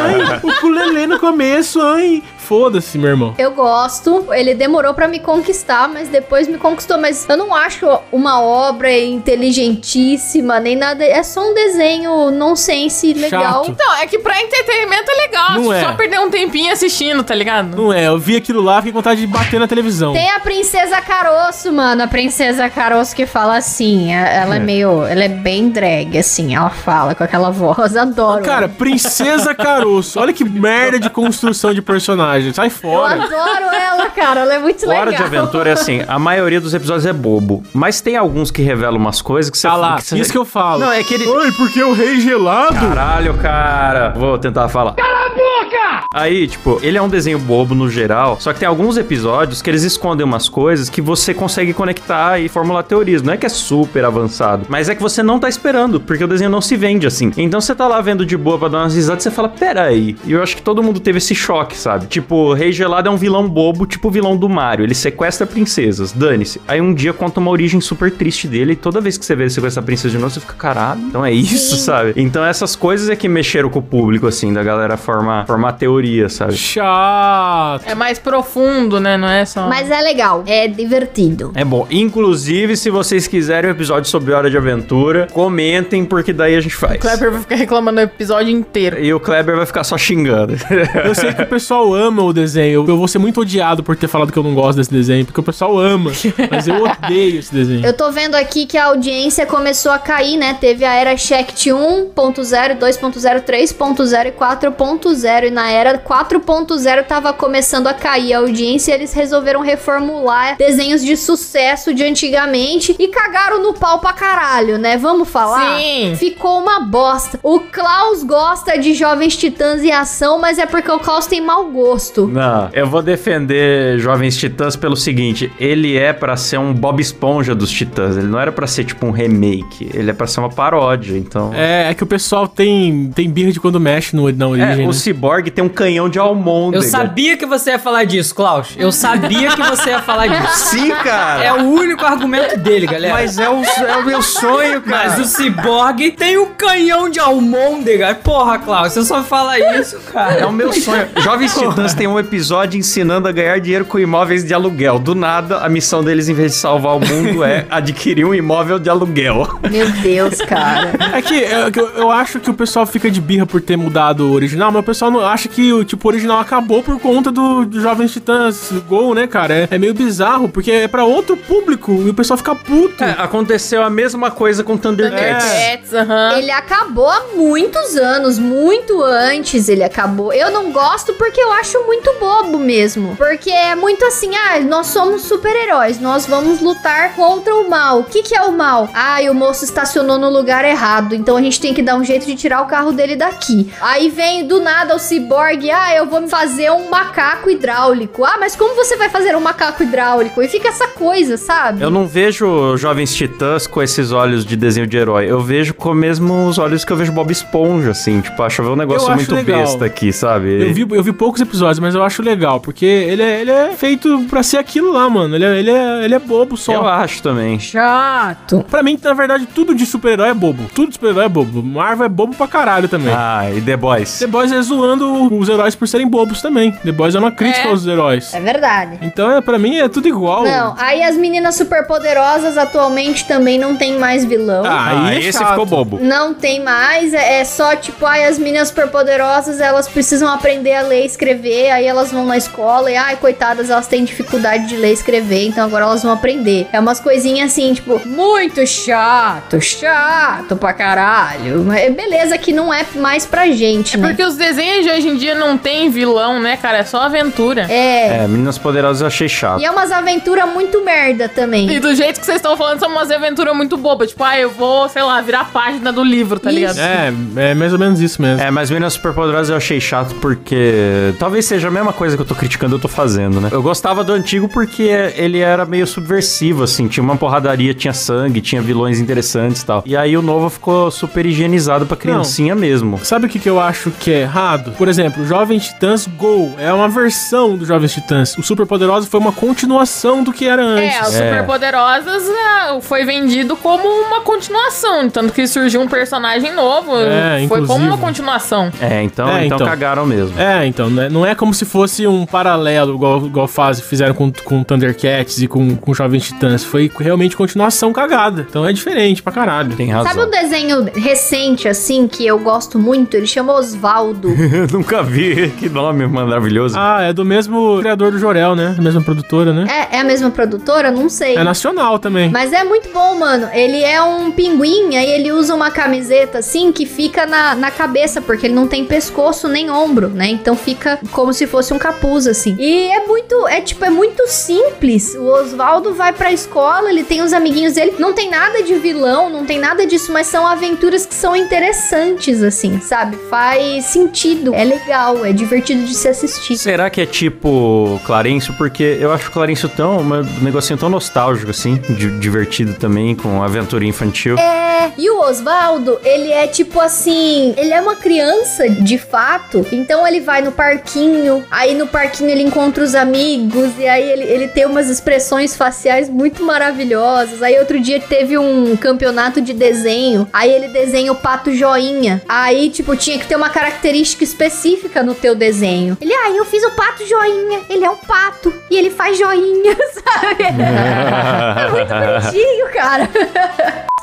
ai, o culelê no começo, ai. Foda-se, meu irmão.
Eu gosto, ele demorou pra me conquistar, mas depois me conquistou. Mas eu não acho uma obra inteligentíssima, nem nada. É só um desenho nonsense legal.
Chato.
Então, é que pra entretenimento é legal,
Não é.
só perder um tempinho assistindo, tá ligado?
Não é, eu vi aquilo lá, fiquei com vontade de bater na televisão.
Tem a Princesa Caroço, mano. A Princesa Caroço que fala assim. a- Ela é meio. Ela é bem drag, assim. Ela fala com aquela voz. Adoro.
Cara, Princesa Caroço, olha que merda de construção de personagem, sai
eu
fora.
adoro ela, cara. Ela é muito
Hora
legal.
de Aventura é assim, a maioria dos episódios é bobo, mas tem alguns que revelam umas coisas que você...
Tá lá,
que você-
isso que eu falo.
Não, é que ele...
Oi, porque o rei gelado?
Caralho, cara. Vou tentar falar. Cala a boca! Aí, tipo, ele é um desenho bobo no geral, só que tem alguns episódios que eles escondem umas coisas que você consegue conectar e formular teorias. Não é que é super avançado, mas é que você não tá esperando, porque o desenho não se vende assim. Então você tá lá vendo de boa pra dar umas risadas e você fala, peraí. E eu acho que todo mundo teve esse choque, sabe? Tipo, o Rei Gelado é um vilão bobo, tipo o vilão do Mario. Ele sequestra princesas, dane-se. Aí um dia conta uma origem super triste dele e toda vez que você vê ele sequestrar a princesa de novo, você fica, caralho, então é isso, sabe? Então essas coisas é que mexeram com o público, assim, da galera formar, formar teoria, sabe?
Chato.
É mais profundo, né? Não é só.
Mas é legal, é divertido.
É bom. Inclusive, se vocês quiserem um episódio sobre Hora de Aventura, comentem, porque daí a gente faz.
O Kleber vai ficar reclamando o episódio inteiro.
E o Kleber vai ficar só xingando.
Eu sei que o pessoal ama o desenho. Eu vou ser muito odiado por ter falado que eu não gosto desse desenho, porque o pessoal ama. Mas eu odeio esse desenho.
Eu tô vendo aqui que a audiência começou a cair, né? Teve a era um Shact 1.0, 2.0, 3.0 e 4.0. E na era 4.0 tava começando a cair a audiência e eles resolveram reformular desenhos de sucesso de antigamente e cagaram no pau pra caralho, né? Vamos falar?
Sim.
Ficou uma bosta. O Klaus gosta de jovens titãs e ação, mas é porque o Klaus tem mau gosto.
Não, eu vou defender Jovens Titãs pelo seguinte: ele é pra ser um Bob Esponja dos Titãs. Ele não era pra ser tipo um remake. Ele é pra ser uma paródia. Então.
É, é que o pessoal tem, tem birra de quando mexe no, na
É,
origem. né?
o Cyborg tem um canhão de almôndega.
Eu sabia que você ia falar disso, Klaus. Eu sabia que você ia falar disso.
Sim, cara.
É o único argumento dele, galera. Mas,
Mas é o, é o meu sonho, cara.
o Cyborg tem um canhão de almôndega. Porra, Klaus, você só fala isso, cara.
É o meu sonho. Jovens Titãs tem um episódio ensinando a ganhar dinheiro com imóveis de aluguel. Do nada, a missão deles, em vez de salvar o mundo, é adquirir um imóvel de aluguel.
Meu Deus, cara.
É que é que eu, eu acho que o pessoal fica de birra por ter mudado o original, mas o pessoal não acha que o tipo o original acabou por conta do, do Jovens Titãs Gol, né, cara? É, é meio bizarro, porque é pra outro público e o pessoal fica puto.
É, aconteceu a mesma coisa com Thundercats.
É.
Cats, aham.
Ele acabou há muitos anos, muito antes ele acabou. Eu não gosto porque eu acho muito bobo mesmo. Porque é muito assim, ah, nós somos super-heróis, nós vamos lutar contra o mal. O que, que é o mal? Ah, o moço estacionou no lugar errado, então a gente tem que dar um jeito de tirar o carro dele daqui. Aí vem do nada o ciborgue, ah, eu vou fazer um macaco hidráulico. Ah, mas como você vai fazer um macaco hidráulico? E fica essa coisa, sabe?
Eu não vejo Jovens Titãs com esses olhos de desenho de herói. Eu vejo com mesmo os olhos que eu vejo Bob Esponja, assim. Tipo, acho um negócio
acho
muito
legal.
besta aqui, sabe?
Eu vi, eu vi poucos episódios, mas eu acho legal, porque ele é, ele é feito pra ser aquilo lá, mano. Ele é, ele é, ele é bobo só.
Eu acho também.
Chato.
Pra mim, na verdade, tudo de super-herói é bobo. Tudo de super-herói é bobo. Marvel é bobo pra caralho também.
Ah, e The Boys.
The Boys é zoando os heróis por serem bobos também. The Boys é uma crítica
É.
aos heróis.
É verdade.
Então, é, pra mim, é tudo igual.
Não, aí as meninas superpoderosas atualmente também não tem mais vilão.
Ah, aí é
esse
chato.
ficou bobo.
Não tem mais, é é só tipo, ai, as meninas superpoderosas, elas precisam aprender a ler e escrever, aí elas vão na escola e, ai, coitadas, elas têm dificuldade de ler e escrever, então agora elas vão aprender. É umas coisinhas assim, tipo, muito chato, chato pra caralho. Mas Beleza que não é mais pra gente, né?
Porque os desenhos de hoje em dia não tem vilão, né, cara? É só aventura.
É.
É, Meninas Poderosas eu achei chato.
E é umas aventuras muito merda também.
E do jeito que vocês estão falando, são umas aventuras muito bobas. Tipo, ah, eu vou, sei lá, virar a página do livro, tá
Isso.
ligado?
É, é mais ou menos isso mesmo.
É, mas Meninas Superpoderosas eu achei chato porque talvez seja a mesma coisa que eu tô criticando, eu tô fazendo, né? Eu gostava do antigo porque ele era meio subversivo, assim, tinha uma porradaria, tinha sangue, tinha vilões interessantes e tal. E aí o novo ficou super higienizado pra criancinha mesmo.
Sabe o que, que eu acho que é errado? Por exemplo, Jovens Titãs Go é uma versão do Jovens Titãs. O Super Poderoso foi uma continuação do que era antes.
É, as Superpoderosas é, foi vendido como uma continuação. Tanto que surgiu um personagem novo.
É,
foi como
inclusive.
uma continuação.
É, então,
É,
então,
então.
cagaram mesmo.
É, então, né? não é como se fosse um paralelo, igual, igual faz, fizeram com, com Thundercats e com, com Jovens Titãs. Foi realmente continuação cagada. Então é diferente pra caralho.
Tem razão.
Sabe um desenho recente, assim, que eu gosto muito? Ele chama Osvaldo.
Eu nunca vi. Que nome maravilhoso.
Ah, é do mesmo criador do Jorel, né? Da mesma produtora, né?
É, é a mesma produtora? Não sei.
É nacional também.
Mas é muito bom, mano. Ele é um pinguim, aí ele usa uma camiseta assim que fica na, na cabeça, porque ele não tem pescoço nem ombro, né? Então fica como se fosse um capuz, assim. E é muito, é tipo, é muito simples. O Oswaldo vai pra escola, ele tem os amiguinhos dele. Não tem nada de vilão, não tem nada disso, mas são aventuras que são interessantes, assim, sabe? Faz sentido. É legal, é divertido de se assistir.
Será que é tipo Clarencio? Porque eu acho o Clarencio tão, uma- um negocinho tão nostálgico, assim, di- divertido também, com aventura infantil. É,
É, e o Oswaldo, ele é tipo assim, ele é uma criança de fato, então ele vai no parquinho, aí no parquinho ele encontra os amigos, e aí ele, ele tem umas expressões faciais muito maravilhosas. Aí outro dia teve um campeonato de desenho, aí ele desenha o pato joinha. Aí, tipo, tinha que ter uma característica específica no teu desenho. Ele, ah, eu fiz o pato joinha, ele é um pato, e ele faz joinha, sabe? é muito bonitinho, cara.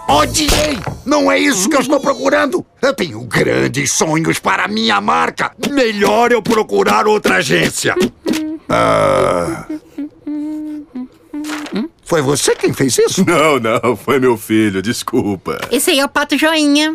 Odiei! Não é isso que eu estou procurando! Eu tenho grandes sonhos para minha marca! Melhor eu procurar outra agência! Ah. Foi você quem fez isso?
Não, não, foi meu filho, desculpa.
Esse aí é o pato joinha.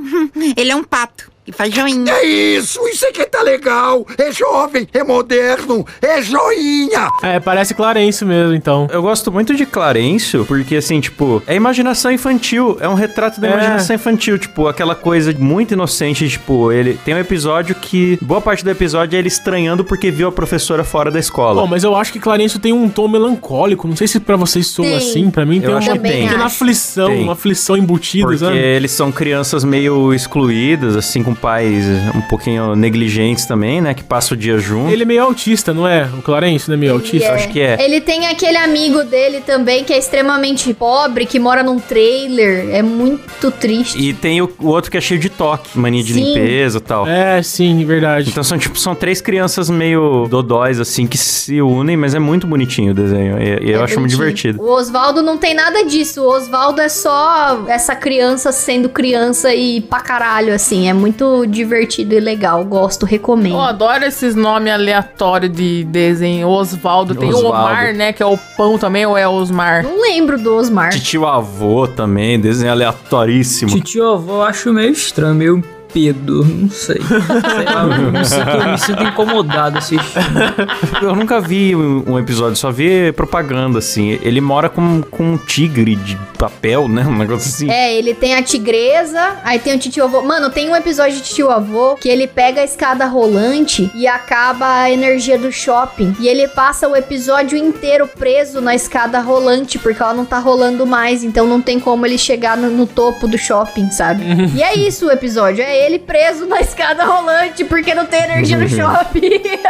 Ele é um pato que faz joinha.
É isso! Isso é que tá legal! É jovem, é moderno, é joinha!
É, parece Clarencio mesmo, então.
Eu gosto muito de Clarencio, porque assim, tipo, é imaginação infantil. É um retrato da
É.
imaginação infantil. Tipo, aquela coisa muito inocente, tipo, ele tem um episódio que. Boa parte do episódio é ele estranhando porque viu a professora fora da escola.
Bom, mas eu acho que Clarencio tem um tom melancólico. Não sei se pra vocês soa
Tem.
assim. Pra mim tem
Eu
uma
acho que tem.
pequena aflição,
Tem.
uma aflição embutida,
Porque
sabe?
eles são crianças meio excluídas, assim, com pais um pouquinho negligentes também, né? Que passam o dia junto.
Ele é meio autista, não é? O Clarencio não é meio autista?
acho que é.
Ele tem aquele amigo dele também que é extremamente pobre, que mora num trailer. É muito triste.
E tem o, o outro que é cheio de toque, mania de
Sim.
limpeza e tal.
É, sim, verdade.
Então são, tipo, são três crianças meio dodóis, assim, que se unem, mas é muito bonitinho o desenho. E, e eu
É
acho muito
bonitinho.
divertido.
O Oswaldo não tem nada disso. O Oswaldo é só essa criança sendo criança e pra caralho, assim. É muito divertido e legal. Gosto, recomendo.
Eu adoro esses nomes aleatórios de desenho. Osvaldo, tem o
Osvaldo.
Omar, né? Que é o pão também, ou é Osmar?
Não lembro do Osmar.
Titio avô também, desenho aleatoríssimo.
Titio avô eu acho meio estranho, meio pedo, não sei. sei lá, eu me sinto, eu me sinto incomodado assim. assistindo.
Eu nunca vi um um episódio, só vi propaganda, assim. Ele mora com, com um tigre de papel, né? Um negócio assim.
É, ele tem a tigresa, aí tem o titio avô. Mano, tem um episódio de titio avô que ele pega a escada rolante e acaba a energia do shopping. E ele passa o episódio inteiro preso na escada rolante, porque ela não tá rolando mais, então não tem como ele chegar no, no topo do shopping, sabe? e é isso o episódio, é ele preso na escada rolante porque não tem energia no shopping.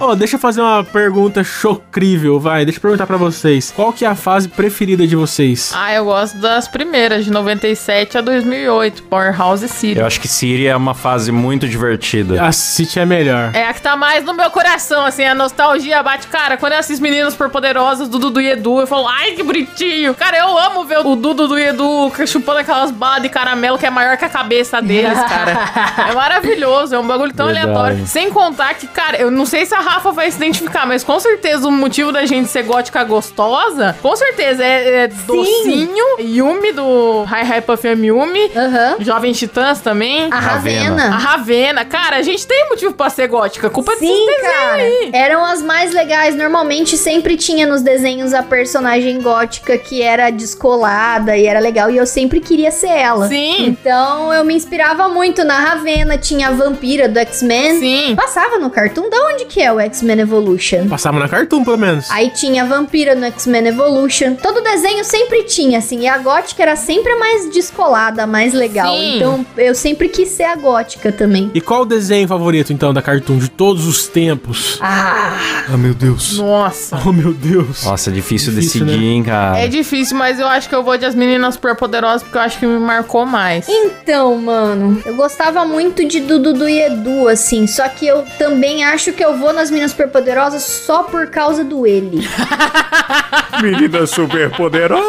Ô, deixa eu fazer uma pergunta chocrível, vai. Deixa eu perguntar pra vocês. Qual que é a fase preferida de vocês?
Ah, eu gosto das primeiras, de 97 a 2008, Powerhouse City.
Eu acho que Siri é uma fase muito divertida.
A City é melhor.
É a que tá mais no meu coração, assim, a nostalgia bate. Cara, quando eu assisto meninos por poderosos do Dudu e Edu, eu falo, ai, que bonitinho. Cara, eu amo ver o Dudu e Edu chupando aquelas balas de caramelo que é maior que a cabeça deles, cara. é maravilhoso, é um bagulho tão
Verdade.
aleatório. Sem contar que, cara, eu não sei se a Rafa vai se identificar, mas com certeza o motivo da gente ser gótica gostosa, com certeza é, é docinho, Yumi do Hi Hi Puff Yum Yumi,
Aham.
Jovem Titãs também.
A
Ravena.
A
Ravena.
Ravena, cara, a gente tem motivo pra ser gótica. A culpa é
Sim,
desses desenhos
cara.
aí.
Eram as mais legais. Normalmente sempre tinha nos desenhos a personagem gótica que era descolada e era legal. E eu sempre queria ser ela.
Sim,
Então eu me inspirava muito na Ravena. Tinha a vampira do X-Men.
sim.
Passava no cartoon. Da onde que é o X-Men Evolution?
Passava na Cartoon, pelo menos.
Aí tinha a vampira no X-Men Evolution. Todo desenho sempre tinha, assim. E a gótica era sempre a mais descolada, a mais legal.
Sim.
Então eu sempre quis ser a gótica também.
E qual o desenho favorito, então, da Cartoon de todos os tempos?
Ah,
Ah, meu
É.
Deus.
Nossa.
Oh, meu Deus.
Nossa, é difícil,
Difícil, né?
decidir, hein, cara.
É difícil, mas eu acho que eu vou de As Meninas Superpoderosas porque eu acho que me marcou mais.
Então, mano, eu gostava muito de Dudu e Edu, assim. Só que eu também acho que eu vou nas Minas Superpoderosas só por causa do ele.
Menina super poderosa!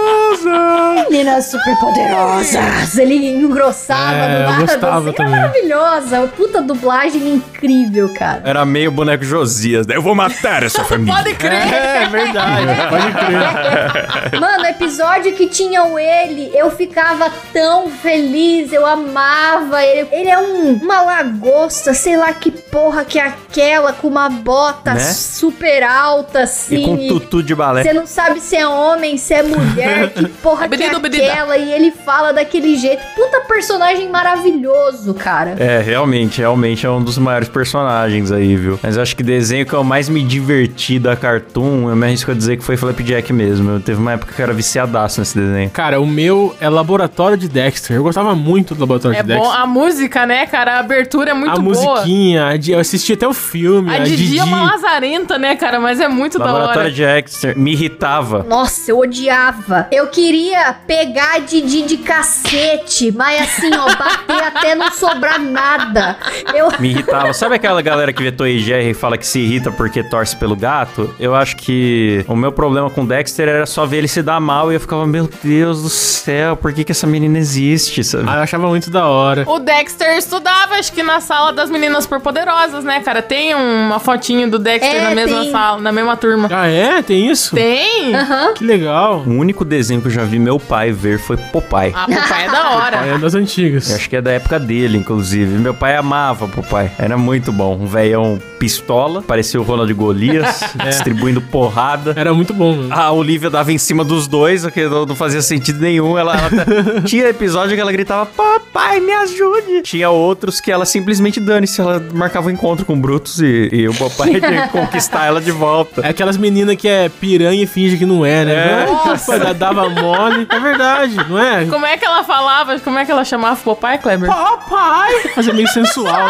Minas Superpoderosas! Ele engrossava
É,
do
eu
nada.
gostava
assim,
também.
Era maravilhosa. Puta dublagem incrível, cara.
Era meio boneco Josias, né? Eu vou matar essa família.
Pode crer.
É, verdade. Pode crer.
Mano, o episódio que tinha o ele, eu ficava tão feliz, eu amava lava, ele, ele é um, uma lagosta, sei lá que porra que é aquela, com uma bota
Né?
super alta, assim.
E com né? tutu de balé.
Você não sabe se é homem, se é mulher, que porra que é
Obedida, obedida.
aquela. E ele fala daquele jeito. Puta personagem maravilhoso, cara.
É, realmente, realmente é um dos maiores personagens aí, viu? Mas eu acho que desenho que eu mais me diverti da Cartoon, eu me arrisco a dizer que foi Flapjack mesmo. Eu teve uma época que eu era viciadaço nesse desenho.
Cara, o meu é Laboratório de Dexter. Eu gostava muito do Laboratório
É
de Dexter.
bom. A música, né, cara? A abertura é muito
a
boa.
musiquinha, a Di- eu assisti até o filme, a,
A Didi,
Didi.
é uma lazarenta, né, cara? Mas é muito da hora.
Laboratório de Dexter me irritava.
Nossa, eu odiava. Eu queria pegar a Didi de cacete, mas assim, ó, bater até não sobrar nada. Eu.
Me irritava. Sabe aquela galera que vê Toy Jerry e fala que se irrita porque torce pelo gato? Eu acho que o meu problema com Dexter era só ver ele se dar mal e eu ficava, meu Deus do céu, por que, que essa menina existe? Sabe?
Ah, eu achava muito da hora.
O Dexter estudava, acho que na sala das meninas superpoderosas, né, cara? Tem uma fotinho do Dexter
É,
na mesma
tem.
sala, na mesma turma.
Ah, é? Tem isso?
Tem?
Aham.
Que legal.
O único desenho que eu já vi meu pai ver foi Popeye.
Ah, papai é da hora.
É das antigas.
Eu acho que é da época dele, inclusive. Meu pai amava Popeye. Era muito bom. Um velhão pistola, parecia o Ronald Golias, distribuindo porrada.
Era muito bom, mano.
A Olivia dava em cima dos dois, o que não não fazia sentido nenhum. Ela, ela até- tinha episódio que ela gritava, papai, me ajude. Tinha outros que ela simplesmente dane-se. Ela marcava um encontro com o Brutus e, e o papai tinha que conquistar ela de volta.
É aquelas meninas que é piranha e finge que não é, né?
É.
Ai,
Nossa.
pô, Dava mole. É verdade, não é?
Como é que ela falava? Como é que ela chamava o papai, Kleber?
Papai! Mas é meio sensual.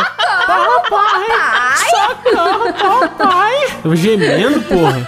Eu gemendo, porra.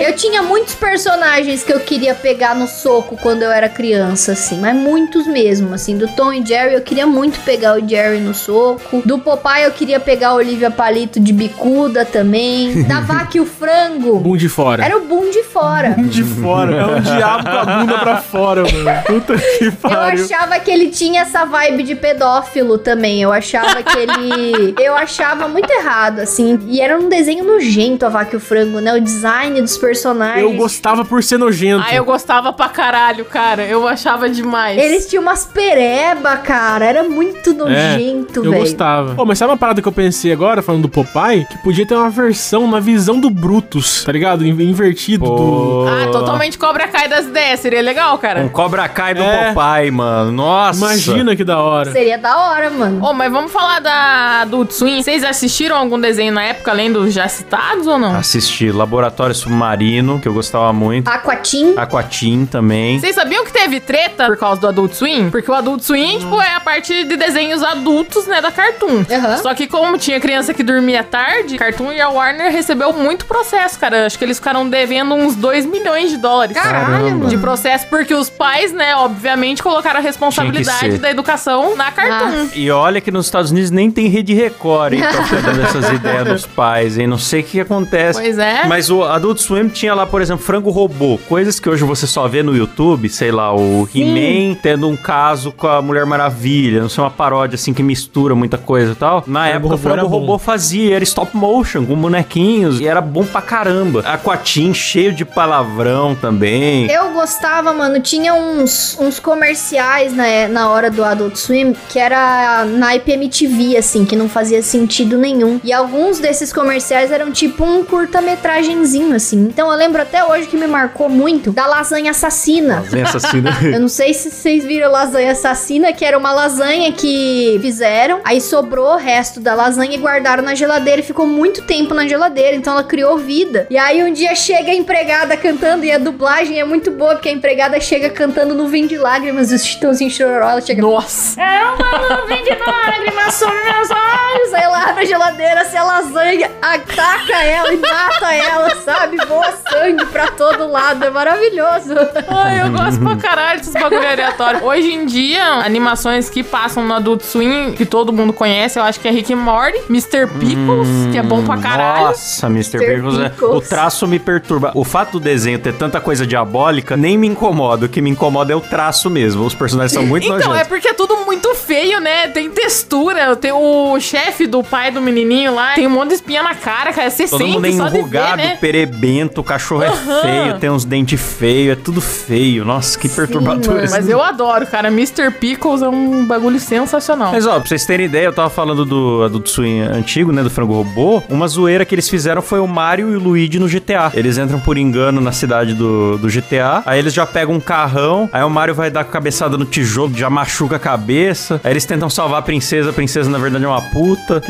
Eu tinha muitos personagens que eu queria pegar no soco quando eu era criança, assim, mas muitos mesmo, assim. Do Tom e Jerry eu queria muito pegar o Jerry no soco. Do Popeye eu queria pegar a Olivia Palito de bicuda também. Da vaca e o frango.
Bum de fora.
Era o boom de fora.
Bum de fora. É um diabo com a bunda pra fora, mano. Puta que
Eu
pariu.
achava que ele tinha essa vibe de pedófilo também. Eu achava que ele. Eu achava muito errado, assim. E era um desenho nojento a vaca e o frango, né? O design dos personagens.
Eu gostava por ser nojento.
Ah, eu gostava pra caralho, cara. Eu achava demais.
Eles tinham umas pereba, cara. Era muito nojento,
É, Eu
velho.
gostava. Pô, mas sabe uma parada que eu pensei agora, falando do Popeye? Que podia ter uma versão na visão do Brutus, tá ligado? In- Invertido. Do...
Ah, totalmente cobra cai das ideias. Seria legal, cara.
Um Cobra Kai do
né? É.
Popeye, mano. Nossa.
Imagina que da hora.
Seria da hora, mano.
Ô, mas vamos falar da Adult Swim. Vocês assistiram algum desenho na época, além dos já citados ou não?
Assisti Laboratório Submarino, que eu gostava muito.
Aquatim.
Aquatim também.
Vocês sabiam que teve treta por causa do Adult Swim? Porque o Adult Swim, tipo, é a parte de desenhos adultos, né, da Cartoon.
Aham.
Só que como tinha criança que dormia tarde, Cartoon e a Warner recebeu muito processo, cara. Acho que eles ficaram devendo uns 2 milhões de dólares.
Caralho, mano.
De processo, porque os pais, né, obviamente, colocaram
Tinha
a
que
responsabilidade
ser.
da educação na Cartoon.
E olha que nos Estados Unidos nem tem rede Record, hein? Pra ficar dando essas ideias dos pais, hein? Não sei o que que acontece.
Pois é.
Mas o Adult Swim tinha lá, por exemplo, frango robô. Coisas que hoje você só vê no YouTube, sei lá, o He-Man tendo um caso com a Mulher Maravilha. Não sei, uma paródia assim que mistura muita coisa e tal. Na época, o
robô
frango
era bom.
robô fazia, era stop motion, com bonequinhos, e era bom pra caramba. Aquatim cheio de palavrão também.
Eu gostava, mano. Tinha uns, uns comerciais na, na hora do Adult Swim que era na IPMTV, assim, que não fazia sentido nenhum. E alguns desses comerciais eram tipo um curta-metragenzinho, assim. Então eu lembro até hoje que me marcou muito da lasanha assassina.
Pensa assim, né?
Eu não sei se vocês viram lasanha assassina, que era uma lasanha que fizeram, aí sobrou o resto da lasanha e guardaram na geladeira e ficou muito tempo na geladeira, então ela criou vida. E aí um dia chega a empregada cantando e a dublagem é muito boa, porque a empregada chega cantando nuvem de lágrimas e os titãozinhos chororó, ela chega
Nossa.
É, nuvem de lágrimas sobre meus olhos, aí ela abre a geladeira, se a lasanha ataca ela e mata ela, sabe? Boa sangue pra todo lado, é maravilhoso.
Ai, eu gosto pra caralho desses bagulho aleatório. Hoje em dia, animações que passam no Adult Swim, que todo mundo conhece, eu acho que é Rick and Morty, Mr. Pickles, que é bom pra caralho.
Hum, Nossa, Mr.
Mr.
Pickles, é-
Pickles.
o traço me perturba. O fato do desenho ter tanta coisa diabólica nem me incomoda. O que me incomoda é o traço mesmo. Os personagens são muito
Então, é
nojentos.
porque é tudo muito feio, né? Tem textura. Tem o chefe do pai do menininho lá. Tem um monte de espinha na cara, cara. Você
Todo
sente
mundo é
só de ver,
enrugado,
né?
perebento, o cachorro
Aham.
é feio, tem uns dentes feios, é tudo feio. Nossa, que perturbador.
Mas eu adoro, cara. Mr. Pickles é um bagulho sensacional.
Mas ó, pra vocês terem ideia, eu tava falando do do Tsui antigo, né, do frango robô. Uma zoeira que eles fizeram foi o Mario e o Luigi no GTA. Eles entram por engano na cidade do, do GTA, aí eles já pegam um carrão, aí o Mario vai dar cabeçada no tijolo, já machuca a cabeça. Aí eles tentam salvar a princesa, a princesa na verdade é uma puta.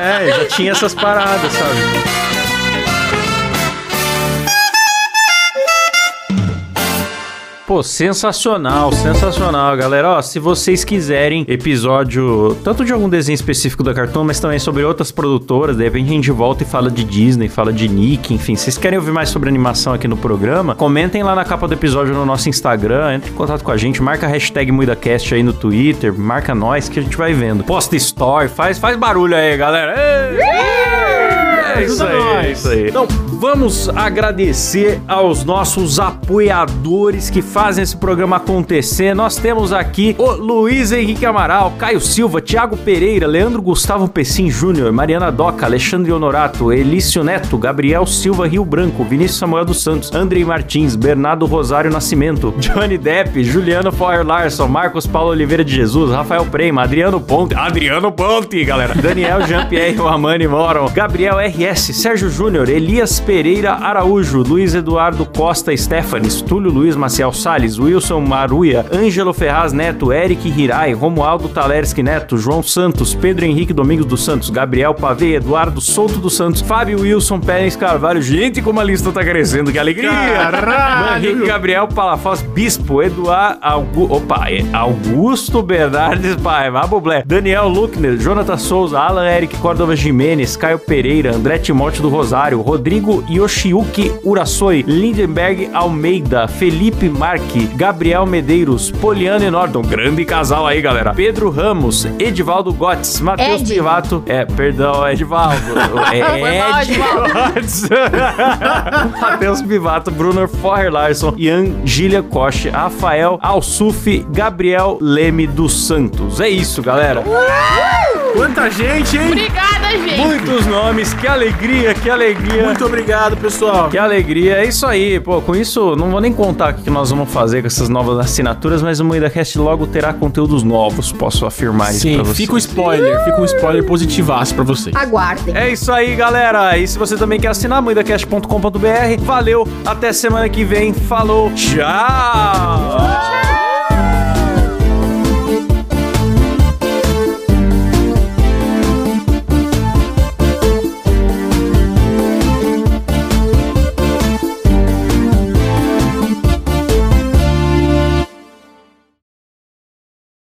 é, já tinha essas paradas, sabe? Pô, sensacional, sensacional, galera. Ó, se vocês quiserem episódio tanto de algum desenho específico da Cartoon, mas também sobre outras produtoras, de repente a gente volta e fala de Disney, fala de Nick, enfim. Vocês querem ouvir mais sobre animação aqui no programa? Comentem lá na capa do episódio no nosso Instagram, entre em contato com a gente, marca a hashtag MuidaCast aí no Twitter, marca nós que a gente vai vendo. Posta story, faz, faz barulho aí, galera. Ei! É isso aí, é isso aí. Então, vamos agradecer aos nossos apoiadores que fazem esse programa acontecer. Nós temos aqui o Luiz Henrique Amaral, Caio Silva, Thiago Pereira, Leandro Gustavo Pessim Júnior, Mariana Doca, Alexandre Honorato, Elício Neto, Gabriel Silva Rio Branco, Vinícius Samuel dos Santos, Andrei Martins, Bernardo Rosário Nascimento, Johnny Depp, Juliano Foyer Larson, Marcos Paulo Oliveira de Jesus, Rafael Prema, Adriano Ponte, Adriano Ponte, galera, Daniel Jean-Pierre Romani Moron, Gabriel RS, Sérgio Júnior, Elias Pereira Araújo, Luiz Eduardo Costa Stefanes, Túlio Luiz Maciel Salles, Wilson Maruia, Ângelo Ferraz Neto, Eric Hirai, Romualdo Talerski Neto, João Santos, Pedro Henrique Domingos dos Santos, Gabriel Pavei, Eduardo Souto dos Santos, Fábio Wilson Pérez Carvalho. Gente, como a lista tá crescendo, que alegria!
Caralho!
Henrique Gabriel Palafós Bispo, Eduardo Augu- opa, é Augusto Bernardes Paiva, Aboblé, Daniel Luckner, Jonathan Souza, Alan Eric Córdova Jimenez, Caio Pereira, André Timóteo do Rosário, Rodrigo Yoshiyuki Urasoi, Lindenberg Almeida, Felipe Marque, Gabriel Medeiros, Poliano e Norton, grande casal aí, galera. Pedro Ramos, Edivaldo Gotts, Matheus
Ed.
Privato, é, perdão, Edivaldo,
Foi mal,
é Ed
Edivaldo.
Gotts. Matheus Pivato, Bruno Forrer Larson, Ian Gília Koch, Rafael Alsuf, Gabriel Leme dos Santos. É isso, galera.
Quanta gente, hein?
Obrigada, gente.
Muitos nomes, que alegria, que alegria.
Muito obrigado, pessoal.
Que alegria, é isso aí, pô. Com isso, não vou nem contar o que nós vamos fazer com essas novas assinaturas, mas o MoedaCast logo terá conteúdos novos, posso afirmar isso
Sim,
pra vocês.
fica um spoiler, fica um spoiler positivaço pra vocês.
Aguardem.
É isso aí, galera. E se você também quer assinar, moedacast.com.br. Valeu, até semana que vem. Falou, tchau!